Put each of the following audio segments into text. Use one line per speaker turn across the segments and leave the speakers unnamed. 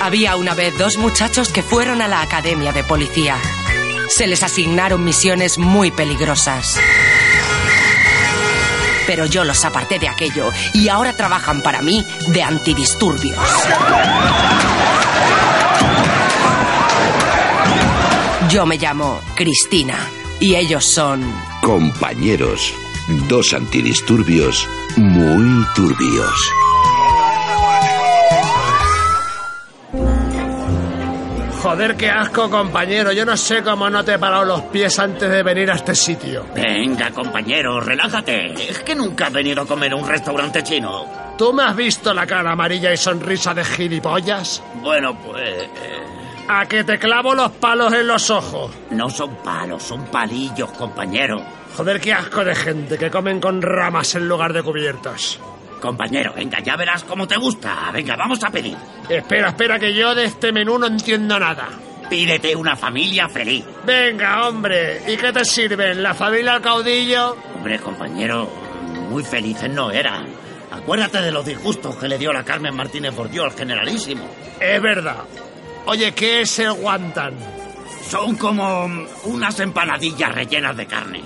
Había una vez dos muchachos que fueron a la academia de policía. Se les asignaron misiones muy peligrosas. Pero yo los aparté de aquello y ahora trabajan para mí de antidisturbios. Yo me llamo Cristina y ellos son...
Compañeros, dos antidisturbios muy turbios.
Joder, qué asco, compañero. Yo no sé cómo no te he parado los pies antes de venir a este sitio.
Venga, compañero, relájate. Es que nunca has venido a comer a un restaurante chino.
¿Tú me has visto la cara amarilla y sonrisa de gilipollas?
Bueno, pues... eh,
A que te clavo los palos en los ojos.
No son palos, son palillos, compañero.
Joder, qué asco de gente que comen con ramas en lugar de cubiertas.
Compañero, venga, ya verás cómo te gusta. Venga, vamos a pedir.
Espera, espera, que yo de este menú no entiendo nada.
Pídete una familia feliz.
Venga, hombre, ¿y qué te sirven? ¿La familia al caudillo?
Hombre, compañero, muy felices no eran. Acuérdate de los disgustos que le dio la Carmen Martínez Bordió al generalísimo.
Es verdad. Oye, ¿qué es el guantán?
Son como unas empanadillas rellenas de carne.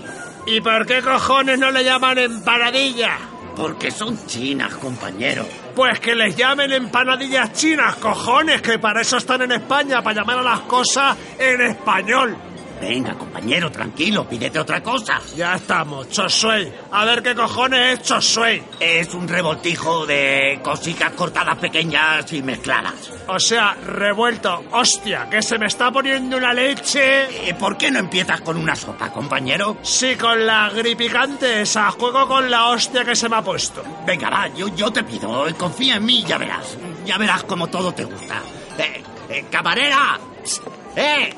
¿Y por qué cojones no le llaman empanadilla?
Porque son chinas, compañero.
Pues que les llamen empanadillas chinas, cojones, que para eso están en España, para llamar a las cosas en español.
Venga, compañero, tranquilo, pídete otra cosa.
Ya estamos, Chosuey. A ver qué cojones es Chosuey.
Es un revoltijo de cositas cortadas pequeñas y mezcladas.
O sea, revuelto, hostia, que se me está poniendo una leche.
Eh, ¿Por qué no empiezas con una sopa, compañero?
Sí, con la gripicante esa, juego con la hostia que se me ha puesto.
Venga, va, yo, yo te pido, eh, confía en mí y ya verás. Ya verás cómo todo te gusta. Eh, eh, ¡Camarera! Psst, ¡Eh!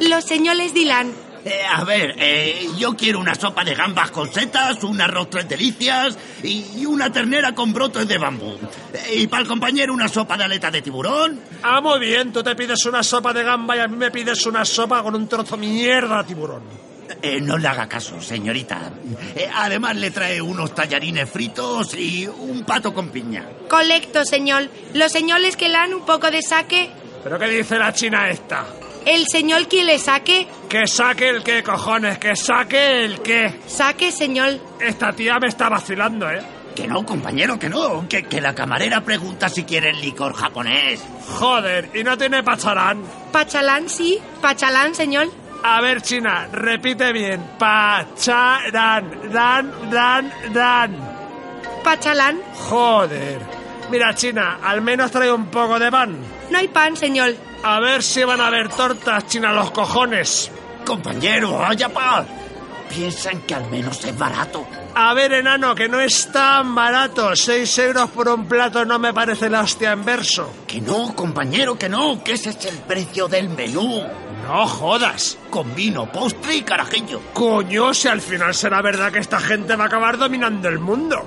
Los señores Dylan.
Eh, a ver, eh, yo quiero una sopa de gambas con setas, un arroz tres delicias y, y una ternera con brotes de bambú. Eh, y para el compañero una sopa de aleta de tiburón.
Ah, muy bien, tú te pides una sopa de gamba y a mí me pides una sopa con un trozo mierda, de tiburón.
Eh, no le haga caso, señorita. Eh, además le trae unos tallarines fritos y un pato con piña.
Colecto, señor. Los señores que le dan un poco de saque.
¿Pero qué dice la china esta?
El señor que le saque.
Que saque el qué, cojones, que saque el qué.
Saque, señor.
Esta tía me está vacilando, ¿eh?
Que no, compañero, que no. Que, que la camarera pregunta si quieren licor japonés.
Joder, y no tiene pacharán.
Pachalán, sí. Pachalán, señor.
A ver, China, repite bien. Pacharán, dan, dan, dan.
Pachalán.
Joder. Mira, China, al menos trae un poco de pan.
No hay pan, señor.
A ver si van a haber tortas, China, los cojones.
Compañero, vaya paz. Piensan que al menos es barato.
A ver, enano, que no es tan barato. Seis euros por un plato no me parece la hostia en verso.
Que no, compañero, que no. Que ese es el precio del menú.
No jodas.
Con vino, postre y carajillo.
Coño, si al final será verdad que esta gente va a acabar dominando el mundo.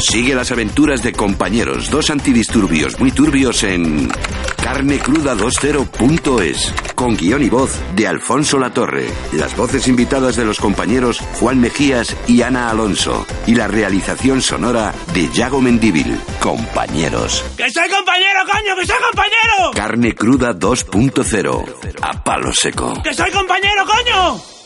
Sigue las aventuras de compañeros, dos antidisturbios muy turbios en carnecruda20.es, con guión y voz de Alfonso Latorre. Las voces invitadas de los compañeros Juan Mejías y Ana Alonso, y la realización sonora de Yago Mendíbil. Compañeros,
¡Que soy compañero, coño! ¡Que soy compañero!
Carne Cruda 2.0, a palo seco.
¡Que soy compañero, coño!